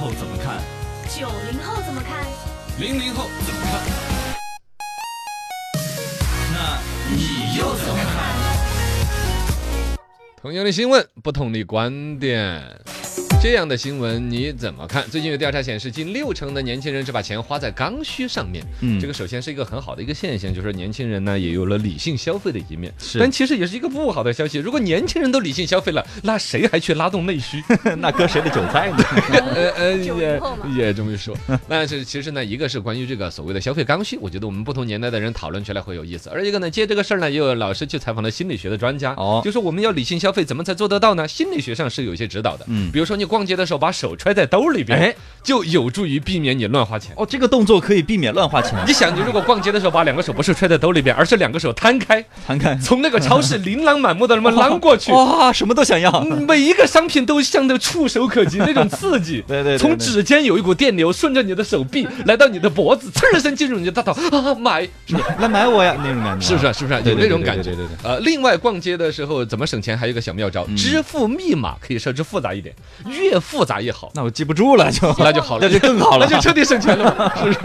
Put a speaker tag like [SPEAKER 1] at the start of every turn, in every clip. [SPEAKER 1] 后怎么看？
[SPEAKER 2] 九零后怎么看？
[SPEAKER 1] 零零后怎么看？那你又怎么看？
[SPEAKER 3] 同样的新闻，不同的观点。这样的新闻你怎么看？最近有调查显示，近六成的年轻人只把钱花在刚需上面。
[SPEAKER 1] 嗯
[SPEAKER 3] 这 个首先是一个很好的一个现象，就是年轻人呢也有了理性消费的一面。
[SPEAKER 1] 是
[SPEAKER 3] 但其实也是一个不好的消息。如果年轻人都理性消费了，那谁还去拉动内需？
[SPEAKER 1] 那割谁的韭菜呢？
[SPEAKER 3] 呃呃，
[SPEAKER 2] 九零后嘛
[SPEAKER 3] 也也这么说。那是其实呢，一个是关于这个所谓的消费刚需，我觉得我们不同年代的人讨论起来会有意思。而一个呢，接这个事儿呢，也有老师去采访了心理学的专家，
[SPEAKER 1] 哦
[SPEAKER 3] 就说我们要理性消费，怎么才做得到呢？心理学上是有一些指导的，
[SPEAKER 1] 嗯
[SPEAKER 3] 比如说你逛街的时候把手揣在兜里边，
[SPEAKER 1] 哎
[SPEAKER 3] 就有助于避免你乱花钱。
[SPEAKER 1] 哦，这个动作可以避免乱花钱。
[SPEAKER 3] 你想，你如果逛街的时候把两个手不是揣在兜里边，而是两个手摊开，
[SPEAKER 1] 看看，
[SPEAKER 3] 从那个超市琳琅满目的那
[SPEAKER 1] 哦
[SPEAKER 3] 么啷过 去，
[SPEAKER 1] 哇，什么都想要。
[SPEAKER 3] 嗯每一个商品都像的触手可及那种刺激，
[SPEAKER 1] 对对对对
[SPEAKER 3] 从指尖有一股电流顺着你的手臂 来到你的脖子，刺儿一声进入你的大脑 啊，买
[SPEAKER 1] 来买我呀，那种感觉。
[SPEAKER 3] 是不是？是不是
[SPEAKER 1] 对
[SPEAKER 3] 有
[SPEAKER 1] 对
[SPEAKER 3] 那种感
[SPEAKER 1] 对
[SPEAKER 3] 觉？
[SPEAKER 1] 对对对对嗯
[SPEAKER 3] 呃，另外逛街的时候怎么省钱还有一个小妙招，支付密码可以设置复杂一点，越复杂越好。
[SPEAKER 1] 那我记不住了，就
[SPEAKER 3] 那就好了，
[SPEAKER 1] 那就更好了。 啊
[SPEAKER 3] 那就彻底省钱了嘛，是不是？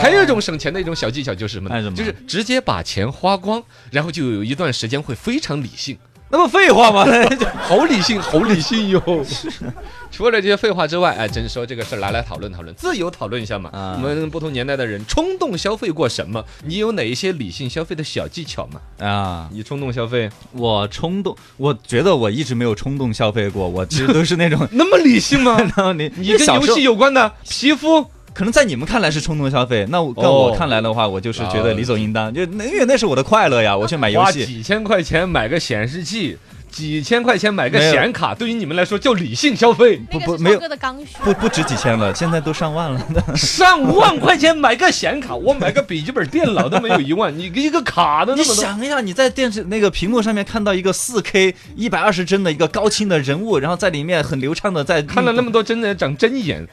[SPEAKER 3] 还有一种省钱的一种小技巧就是什么
[SPEAKER 1] 哎什
[SPEAKER 3] 呢？
[SPEAKER 1] 么
[SPEAKER 3] 就是直接把钱花光，然后就有一段时间会非常理性。
[SPEAKER 1] 那不废 话吗？就
[SPEAKER 3] 好理性，好理性哟。除了这些废话之外，哎，真说这个事儿来来讨论讨论，自由讨论一下嘛。
[SPEAKER 1] 啊
[SPEAKER 3] 我们不同年代的人冲动消费过什么？你有哪一些理性消费的小技巧吗？
[SPEAKER 1] 啊，
[SPEAKER 3] 你冲动消费
[SPEAKER 1] 我冲动，我觉得我一直没有冲动消费过，我其实都是那种
[SPEAKER 3] 。那么理性 吗？
[SPEAKER 1] 然后你
[SPEAKER 3] 你跟
[SPEAKER 1] 小
[SPEAKER 3] 游
[SPEAKER 1] 时候
[SPEAKER 3] 戏有关的皮肤，
[SPEAKER 1] 可能在你们看来是冲动消费，那我在
[SPEAKER 3] 哦
[SPEAKER 1] 我看来的话，我就是觉得理所应当，就那因为那是我的快乐呀，我去买游
[SPEAKER 3] 花
[SPEAKER 1] 戏。
[SPEAKER 3] 几千块钱买个显示器，几千块钱买个
[SPEAKER 1] 没有
[SPEAKER 3] 显卡，对于你们来说叫理性 消费。
[SPEAKER 1] 不
[SPEAKER 2] 那
[SPEAKER 1] 不
[SPEAKER 2] 个是
[SPEAKER 1] 没有
[SPEAKER 2] 超哥的刚需。
[SPEAKER 1] 不不止几千了，现在都上万了。
[SPEAKER 3] 上万块钱买个显卡，我买个笔记本电脑都没有一万，你一个卡都
[SPEAKER 1] 你
[SPEAKER 3] 那么多。
[SPEAKER 1] 想一下，你在电视那个屏幕上面看到一个四 K 一百二十帧的一个高清的人物，然后在里面很流畅的在
[SPEAKER 3] 看了那
[SPEAKER 1] 么，
[SPEAKER 3] 么多真人长真眼，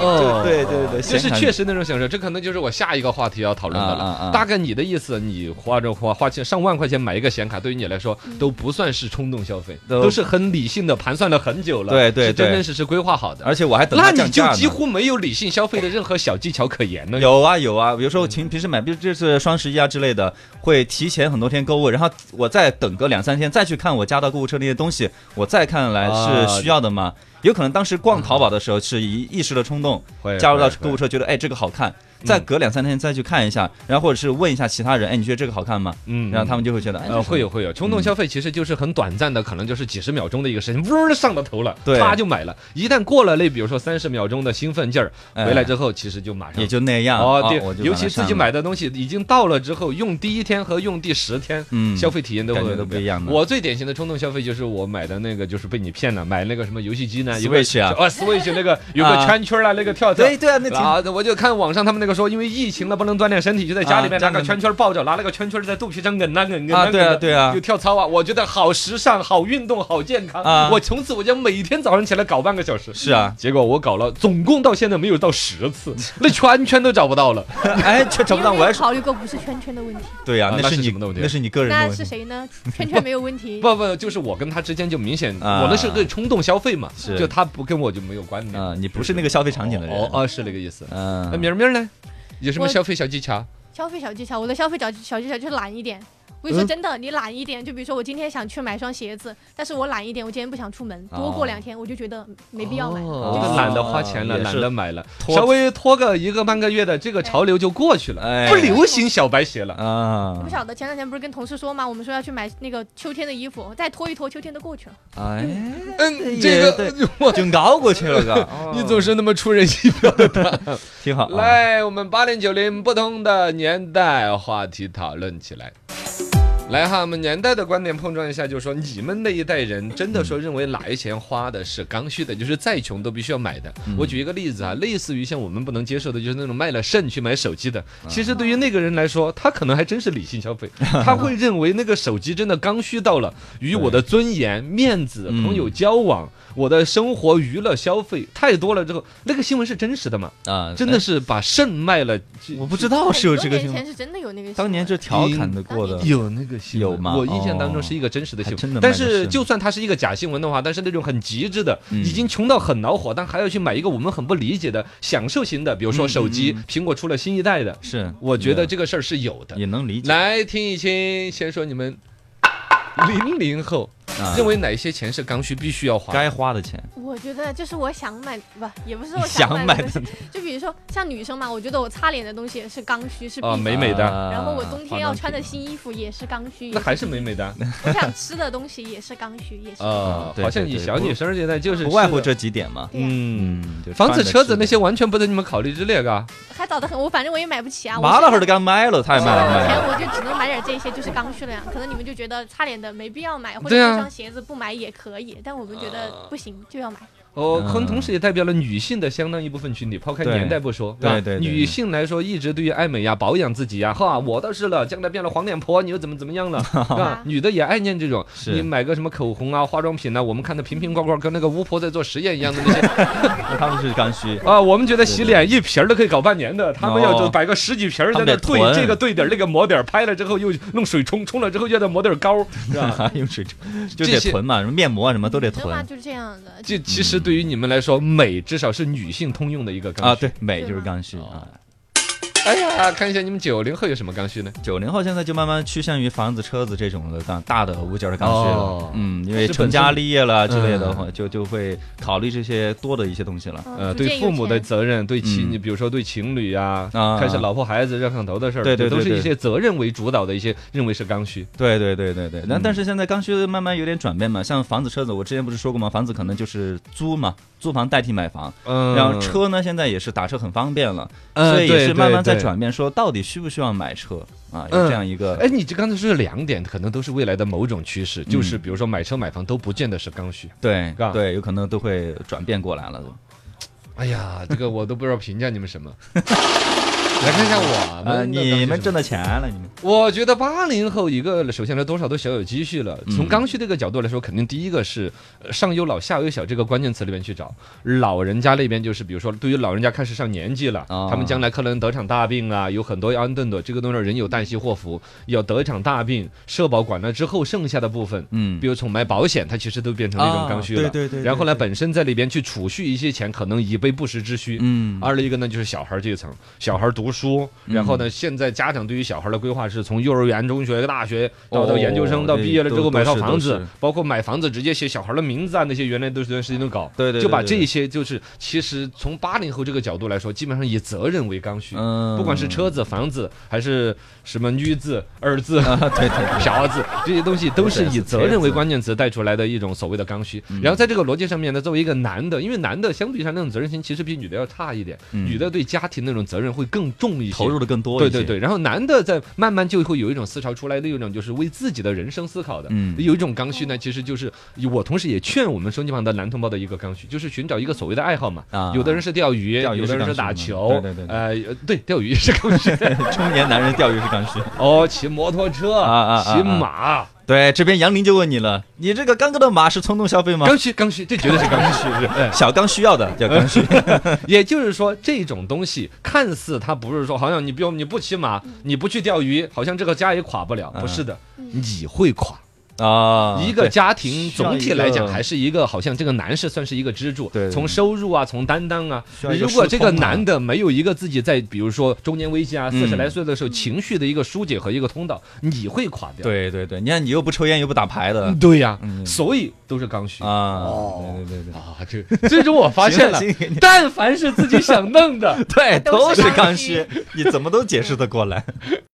[SPEAKER 3] 哦
[SPEAKER 1] 对对对
[SPEAKER 3] 这是
[SPEAKER 1] 显卡
[SPEAKER 3] 确实那种享受，这可能就是我下一个话题要讨论的
[SPEAKER 1] 啊啊
[SPEAKER 3] 了
[SPEAKER 1] 啊。
[SPEAKER 3] 大概你的意思，你花着花花钱上万块钱买一个显卡，对于你来说都不算是冲动消费，
[SPEAKER 1] 都
[SPEAKER 3] 都是很理性的盘算了很久了，
[SPEAKER 1] 对对
[SPEAKER 3] 是真
[SPEAKER 1] 对
[SPEAKER 3] 真实实规划好的。
[SPEAKER 1] 而且我还等它
[SPEAKER 3] 那你
[SPEAKER 1] 降
[SPEAKER 3] 就
[SPEAKER 1] 价呢
[SPEAKER 3] 几乎没有理性消费的任何小技巧可言了。
[SPEAKER 1] 有啊有啊，比如说我平平时买，比如这次双十一啊之类的，会提前很多天购物，然后我再等个两三天再去看我加到购物车那些东西，我再看来
[SPEAKER 3] 啊
[SPEAKER 1] 是需要的吗？有可能当时逛淘宝的时候是一一时的冲动
[SPEAKER 3] 会，
[SPEAKER 1] 加入到
[SPEAKER 3] 会
[SPEAKER 1] 购物车觉得哎这个好看，再隔两三天再去看一下，然后或者是问一下其他人，哎你觉得这个好看吗？
[SPEAKER 3] 嗯
[SPEAKER 1] 然后他们就会觉得哎
[SPEAKER 3] 呃，会有会有，冲动消费其实就是很短暂的，可能就是几十秒钟的一个事情，嗡儿上到头了，
[SPEAKER 1] 对
[SPEAKER 3] 啪就买了。一旦过了那，比如说三十秒钟的兴奋劲儿，
[SPEAKER 1] 哎
[SPEAKER 3] 回来之后其实就马上
[SPEAKER 1] 也就那样
[SPEAKER 3] 哦
[SPEAKER 1] 啊，
[SPEAKER 3] 对
[SPEAKER 1] 我，就
[SPEAKER 3] 尤
[SPEAKER 1] 把它
[SPEAKER 3] 其自
[SPEAKER 1] 删
[SPEAKER 3] 己
[SPEAKER 1] 了
[SPEAKER 3] 买的东西已经到了之后，用第一天和用第十天，
[SPEAKER 1] 嗯
[SPEAKER 3] 消费体验都
[SPEAKER 1] 感
[SPEAKER 3] 会
[SPEAKER 1] 觉都不一样的
[SPEAKER 3] 我最典型的冲动消费就是我买的那个就是被你骗了，买那个什么游戏机呢
[SPEAKER 1] Switch 啊
[SPEAKER 3] 啊，Switch 那个有个
[SPEAKER 1] 啊
[SPEAKER 3] 圈圈啊，那个跳跳。
[SPEAKER 1] 对对啊，那挺
[SPEAKER 3] 啊！我就看网上他们那个说，因为疫情了不能锻炼身体，就在家里面
[SPEAKER 1] 啊
[SPEAKER 3] 拿个圈圈抱着，拿那个圈圈在肚皮上摁啊摁啊
[SPEAKER 1] 啊
[SPEAKER 3] 摁
[SPEAKER 1] 对啊
[SPEAKER 3] 摁的
[SPEAKER 1] 对啊
[SPEAKER 3] 就跳操啊！我觉得好时尚、好运动、好健康
[SPEAKER 1] 啊
[SPEAKER 3] 我从此我就每天早上起来搞半个小时。
[SPEAKER 1] 是啊，
[SPEAKER 3] 结果我搞了，总共到现在没有到十 次，那圈圈都找不到了。
[SPEAKER 1] 哎，这找不到
[SPEAKER 2] 你
[SPEAKER 1] 我
[SPEAKER 2] 有
[SPEAKER 1] 还
[SPEAKER 2] 没有
[SPEAKER 1] 是
[SPEAKER 2] 考虑过不是圈圈 的问题？
[SPEAKER 1] 对呀
[SPEAKER 3] 啊，那
[SPEAKER 1] 那
[SPEAKER 3] 是
[SPEAKER 1] 你
[SPEAKER 3] 什么的问题
[SPEAKER 1] 那是你个人的
[SPEAKER 2] 那
[SPEAKER 1] 问
[SPEAKER 2] 是
[SPEAKER 1] 题，
[SPEAKER 2] 谁 呢？圈圈没有问题。
[SPEAKER 3] 不不，就是我跟他之间就明显，
[SPEAKER 1] 啊
[SPEAKER 3] 我那是对冲动消费嘛，
[SPEAKER 1] 是
[SPEAKER 3] 就他不跟我就没有关联。
[SPEAKER 1] 啊，你不是那个消费场景的
[SPEAKER 3] 哦
[SPEAKER 1] 人，
[SPEAKER 3] 哦，是那个意思。那
[SPEAKER 1] 嗯，
[SPEAKER 3] 明儿明儿呢？有什么
[SPEAKER 2] 我
[SPEAKER 3] 消费小技巧？
[SPEAKER 2] 消费小技巧，我的消费小小技巧就是懒一点。
[SPEAKER 1] 嗯
[SPEAKER 2] 我跟你说真的，你懒一点，就比如说我今天想去买双鞋子，但是我懒一点，我今天不想出门，
[SPEAKER 1] 哦
[SPEAKER 2] 多过两天我就觉得没必要买，
[SPEAKER 3] 哦
[SPEAKER 2] 就是
[SPEAKER 3] 懒得花钱了，
[SPEAKER 1] 也是
[SPEAKER 3] 懒得买了，
[SPEAKER 1] 拖
[SPEAKER 3] 稍微拖个一个半个月的，这个潮流就过去了，
[SPEAKER 1] 哎
[SPEAKER 3] 不流行小白鞋了。
[SPEAKER 1] 啊
[SPEAKER 2] 不， 晓得前两天不是跟同事说嘛，我们说要去买那个秋天的衣服，再拖一拖，秋天都过去了。
[SPEAKER 1] 哎，
[SPEAKER 3] 嗯，
[SPEAKER 1] 也
[SPEAKER 3] 这个
[SPEAKER 1] 对
[SPEAKER 3] 我。
[SPEAKER 1] 就熬过去了，哥，
[SPEAKER 3] 你总是那么出人意表。
[SPEAKER 1] 挺好。，啊
[SPEAKER 3] 来，我们八零九零不同的年代话题讨论起来。来哈，我们年代的观点碰撞一下，就是说你们那一代人真的说认为哪些钱花的是刚需的，就是再穷都必须要买的。我举一个例子啊，类似于像我们不能接受的，就是那种卖了肾去买手机的。其实对于那个人来说，他可能还真是理性 消费，他会认为那个手机真的刚需到了，与我的尊严、面子、
[SPEAKER 1] 嗯
[SPEAKER 3] 朋友交往、我的生活娱乐消费太多了之后，那个新闻是真实的嘛？
[SPEAKER 1] 啊，
[SPEAKER 3] 真的是把肾卖了，
[SPEAKER 1] 哎，我不知道是有这个
[SPEAKER 2] 很
[SPEAKER 1] 情
[SPEAKER 2] 多年
[SPEAKER 1] 况，
[SPEAKER 2] 前是真的有那个新闻，
[SPEAKER 1] 当年这调侃的过的
[SPEAKER 2] 当
[SPEAKER 3] 有那个新闻，
[SPEAKER 1] 呃有吗
[SPEAKER 3] 我印象当中是一个真实的新闻，
[SPEAKER 1] 哦还真的卖
[SPEAKER 3] 但
[SPEAKER 1] 的是
[SPEAKER 3] 是就算它是一个假新闻的话，但是那种很极致的，
[SPEAKER 1] 嗯
[SPEAKER 3] 已经穷到很恼火，但还要去买一个我们很不理解的享受型的，
[SPEAKER 1] 嗯
[SPEAKER 3] 比如说手机，苹果出了新一代的，
[SPEAKER 1] 是，
[SPEAKER 3] 我觉得这个事儿是有的
[SPEAKER 1] 也。也能理解。
[SPEAKER 3] 来听一听，先说你们零零后
[SPEAKER 1] 啊
[SPEAKER 3] 认为哪些钱是刚需必须要花的？
[SPEAKER 1] 该花的钱，
[SPEAKER 2] 我觉得就是我想买，不也不是 我
[SPEAKER 1] 想
[SPEAKER 2] 买
[SPEAKER 1] 买
[SPEAKER 2] 的东西
[SPEAKER 1] 的，
[SPEAKER 2] 就比如说像女生嘛，我觉得我擦脸的东西也是刚需，是必须
[SPEAKER 3] 啊美美的
[SPEAKER 1] 啊
[SPEAKER 2] 然后我冬天要穿的
[SPEAKER 1] 化妆品
[SPEAKER 2] 新衣服也是刚需，
[SPEAKER 3] 那还是美美的啊、
[SPEAKER 2] 我想吃的东西也是刚需，也是。
[SPEAKER 3] 呃
[SPEAKER 1] 对
[SPEAKER 3] 好像
[SPEAKER 1] 对
[SPEAKER 3] 你
[SPEAKER 1] 对
[SPEAKER 3] 小
[SPEAKER 1] 不
[SPEAKER 3] 女生现在就是
[SPEAKER 1] 不外乎
[SPEAKER 3] 吃
[SPEAKER 1] 这
[SPEAKER 3] 的，
[SPEAKER 1] 几点嘛。
[SPEAKER 2] 对呀
[SPEAKER 3] 嗯。
[SPEAKER 1] 嗯，就
[SPEAKER 3] 房
[SPEAKER 1] 穿
[SPEAKER 3] 子、
[SPEAKER 1] 着
[SPEAKER 3] 车
[SPEAKER 1] 吃
[SPEAKER 3] 子
[SPEAKER 1] 的
[SPEAKER 3] 那些完全不在你们考虑之列，嘎。
[SPEAKER 2] 还早得很，我反正我也买不起啊。
[SPEAKER 1] 麻辣
[SPEAKER 2] 会
[SPEAKER 1] 盒都该卖了，太
[SPEAKER 2] 钱哦
[SPEAKER 1] 卖了。卖了
[SPEAKER 2] 我就只能买点这些，就是刚需了呀。可能你们就觉得擦脸的没必要买，或者
[SPEAKER 3] 对啊
[SPEAKER 2] 这双鞋子不买也可以，但我们觉得不行就要买。
[SPEAKER 3] 哦，可能
[SPEAKER 1] 嗯
[SPEAKER 3] 同时也代表了女性的相当一部分群体，抛开
[SPEAKER 1] 对
[SPEAKER 3] 年代不说，
[SPEAKER 1] 对
[SPEAKER 3] 吧
[SPEAKER 1] 对对
[SPEAKER 3] 女性来说，一直对于爱美呀、保养自己呀，哈，我倒是了，将来变了黄脸婆，你又怎么怎么样 了？是吧？女的也爱念这种，
[SPEAKER 1] 是
[SPEAKER 3] 你买个什么口红啊、化妆品啊，我们看的瓶瓶罐罐，跟那个巫婆在做实验一样的那 些
[SPEAKER 1] 那他们是刚需，
[SPEAKER 3] 啊，我们觉得洗脸一瓶儿都可以搞半年的，他们要
[SPEAKER 1] 哦
[SPEAKER 3] 就摆个十几瓶儿在
[SPEAKER 1] 他们
[SPEAKER 3] 那
[SPEAKER 1] 得
[SPEAKER 3] 兑
[SPEAKER 1] 囤
[SPEAKER 3] 这个兑点儿那个抹点儿，拍了之后又弄水冲，冲了之后又再抹点儿膏，是吧？
[SPEAKER 1] 还有水就
[SPEAKER 3] 这
[SPEAKER 1] 得
[SPEAKER 3] 些
[SPEAKER 1] 囤嘛，什么面膜啊什么都得
[SPEAKER 2] 女生
[SPEAKER 1] 囤
[SPEAKER 2] 嘛嗯就是这样的，
[SPEAKER 3] 这其实对于你们来说，美至少是女性通用的一个刚
[SPEAKER 1] 嗯
[SPEAKER 3] 需
[SPEAKER 1] 啊。对，美就是刚需
[SPEAKER 3] 对吗
[SPEAKER 1] 啊。
[SPEAKER 3] 哎呀，看一下你们九零后有什么刚需呢？
[SPEAKER 1] 九零后现在就慢慢趋向于房子、车子这种的刚大的物件的刚需了，
[SPEAKER 3] 哦
[SPEAKER 1] 嗯，因为
[SPEAKER 3] 是
[SPEAKER 1] 成
[SPEAKER 3] 本
[SPEAKER 1] 家
[SPEAKER 3] 身
[SPEAKER 1] 立业了之类的
[SPEAKER 3] 嗯
[SPEAKER 1] 话，就就会考虑这些多的一些东西了。
[SPEAKER 2] 嗯
[SPEAKER 3] 呃，
[SPEAKER 2] 逐
[SPEAKER 3] 对
[SPEAKER 2] 渐有
[SPEAKER 3] 父母的
[SPEAKER 2] 钱
[SPEAKER 3] 责任，对情，
[SPEAKER 1] 嗯
[SPEAKER 3] 你比如说对情侣啊，
[SPEAKER 1] 啊
[SPEAKER 3] 开始老婆孩子热炕头的事儿，
[SPEAKER 1] 对对
[SPEAKER 3] 这都
[SPEAKER 1] 对
[SPEAKER 3] 是
[SPEAKER 1] 对
[SPEAKER 3] 一些责任为主导的一些认为是刚需。
[SPEAKER 1] 对对对对对，但、
[SPEAKER 3] 嗯
[SPEAKER 1] 但是现在刚需慢慢有点转变嘛，像房子、车子，我之前不是说过吗？房子可能就是租嘛，租房代替买房，
[SPEAKER 3] 嗯
[SPEAKER 1] 然后，车呢，现在也是打车很方便了，
[SPEAKER 3] 嗯
[SPEAKER 1] 所以也
[SPEAKER 3] 对
[SPEAKER 1] 是慢慢在
[SPEAKER 3] 对对
[SPEAKER 1] 转变，说到底需不需要买车啊？有这样一个，
[SPEAKER 3] 哎，你这刚才说的两点，可能都是未来的某种趋
[SPEAKER 1] 嗯
[SPEAKER 3] 势，就是比如说买车买房都不见得是刚需。
[SPEAKER 1] 对
[SPEAKER 3] 嘎
[SPEAKER 1] 对，有可能都会转变过来了都。
[SPEAKER 3] 哎呀，这个我都不知道评价你们 什么。来看一下我
[SPEAKER 1] 呃，
[SPEAKER 3] 们的刚
[SPEAKER 1] 你
[SPEAKER 3] 需是什
[SPEAKER 1] 们
[SPEAKER 3] 么
[SPEAKER 1] 挣到钱了，你们
[SPEAKER 3] 我觉得八零后一个，首先呢，多少都小有积蓄了。从
[SPEAKER 1] 嗯
[SPEAKER 3] 刚需这个角度来说，肯定第一个是呃上有老下有小这个关键词里面去找。老人家那边就是，比如说对于老人家开始上年纪了，
[SPEAKER 1] 啊
[SPEAKER 3] 他们将来可能得场大病啊，有很多安顿的，这个东西人有旦夕祸福，有得一场大病，社保管了之后剩下的部分。
[SPEAKER 1] 嗯
[SPEAKER 3] 比，如从买保险，它其实都变成了一种
[SPEAKER 1] 啊
[SPEAKER 3] 刚需了。
[SPEAKER 1] 对对对
[SPEAKER 3] 然后呢，
[SPEAKER 1] 对
[SPEAKER 3] 本身在里边去储蓄一些钱，可能以备不时之需。
[SPEAKER 1] 嗯，
[SPEAKER 3] 二一个呢，就是小孩儿这一层，小孩儿读书，然后呢，现在家长对于小孩儿的规划是从幼儿园、中学、大学到到
[SPEAKER 1] 哦
[SPEAKER 3] 研究生，到
[SPEAKER 1] 这
[SPEAKER 3] 毕业了之
[SPEAKER 1] 都
[SPEAKER 3] 后买套
[SPEAKER 1] 都是
[SPEAKER 3] 房
[SPEAKER 1] 都
[SPEAKER 3] 子
[SPEAKER 1] 是，
[SPEAKER 3] 包括买房子直接写小孩儿的名字啊，那些原来都是这段时间都搞，
[SPEAKER 1] 对对对
[SPEAKER 3] 就把
[SPEAKER 1] 对
[SPEAKER 3] 这
[SPEAKER 1] 对
[SPEAKER 3] 些就是其实从八零后这个角度来说，基本上以责任为刚需，
[SPEAKER 1] 嗯，
[SPEAKER 3] 不管是车子、房子还是什么女子、儿子、
[SPEAKER 1] 啊， 对对对
[SPEAKER 3] 小儿子这些东西都是以责任为
[SPEAKER 1] 对
[SPEAKER 3] 关键词带出来的一种所谓的刚需。
[SPEAKER 1] 嗯
[SPEAKER 3] 然后在这个逻辑上面呢，作为一个男的，因为男的相比上那种责任心其实比女的要差一点，
[SPEAKER 1] 嗯
[SPEAKER 3] 女的对家庭那种责任会更重一些，
[SPEAKER 1] 投入的更多一
[SPEAKER 3] 对
[SPEAKER 1] 些，
[SPEAKER 3] 对对，然后男的在慢慢就会有一种思潮出来，另一种就是为自己的人生思考的。
[SPEAKER 1] 嗯
[SPEAKER 3] 有一种刚需呢，其实就是我同时也劝我们收机旁的男同胞的一个刚需，就是寻找一个所谓的爱好嘛。
[SPEAKER 1] 啊
[SPEAKER 3] 有的人是钓鱼，
[SPEAKER 1] 钓鱼
[SPEAKER 3] 有的
[SPEAKER 1] 是
[SPEAKER 3] 人
[SPEAKER 1] 刚
[SPEAKER 3] 是
[SPEAKER 1] 需
[SPEAKER 3] 打
[SPEAKER 1] 嘛
[SPEAKER 3] 球，
[SPEAKER 1] 对对对
[SPEAKER 3] 呃，对，钓鱼是刚需。
[SPEAKER 1] 中年男人钓鱼是刚需。
[SPEAKER 3] 哦，骑摩托车，
[SPEAKER 1] 啊啊啊
[SPEAKER 3] 骑
[SPEAKER 1] 啊
[SPEAKER 3] 马，
[SPEAKER 1] 对，这边杨林就问你了，你这个刚哥的马是冲动消费吗？
[SPEAKER 3] 刚需刚需，这 绝对是刚需，是。哎
[SPEAKER 1] 小刚需要的叫刚 需，
[SPEAKER 3] 也就是说，这种东西看似它不是说，好像你不用你不骑马，你不去钓鱼，好像这个家也垮不了。不是的，嗯
[SPEAKER 2] 嗯
[SPEAKER 3] 你会垮。
[SPEAKER 1] 啊，
[SPEAKER 3] 一个
[SPEAKER 1] 对
[SPEAKER 3] 家庭
[SPEAKER 1] 需要
[SPEAKER 3] 总体
[SPEAKER 1] 一
[SPEAKER 3] 来讲
[SPEAKER 1] 个
[SPEAKER 3] 还是一个，好像这个男士算是一个支柱
[SPEAKER 1] 对，对
[SPEAKER 3] 从收入啊，从担当啊
[SPEAKER 1] 需要。一个
[SPEAKER 3] 如果这个
[SPEAKER 1] 疏通啊
[SPEAKER 3] 男的没有一个自己在，比如说中年危机啊，四
[SPEAKER 1] 嗯
[SPEAKER 3] 十来岁的时候情绪的一个疏解和一个通道，你会垮掉。
[SPEAKER 1] 对对对，你看你又不抽烟又不打牌的
[SPEAKER 3] 嗯，对呀，
[SPEAKER 1] 嗯
[SPEAKER 3] 所以都是刚需。
[SPEAKER 1] 啊，
[SPEAKER 3] 哦
[SPEAKER 1] 对对对
[SPEAKER 3] 啊，这 最终我发现了
[SPEAKER 1] 行了行了，
[SPEAKER 3] 但凡是自己想弄的，
[SPEAKER 1] 对，对，
[SPEAKER 2] 都
[SPEAKER 1] 都
[SPEAKER 2] 是
[SPEAKER 1] 是
[SPEAKER 2] 刚
[SPEAKER 1] 刚
[SPEAKER 2] 需
[SPEAKER 1] 需，你怎么都解释得过来。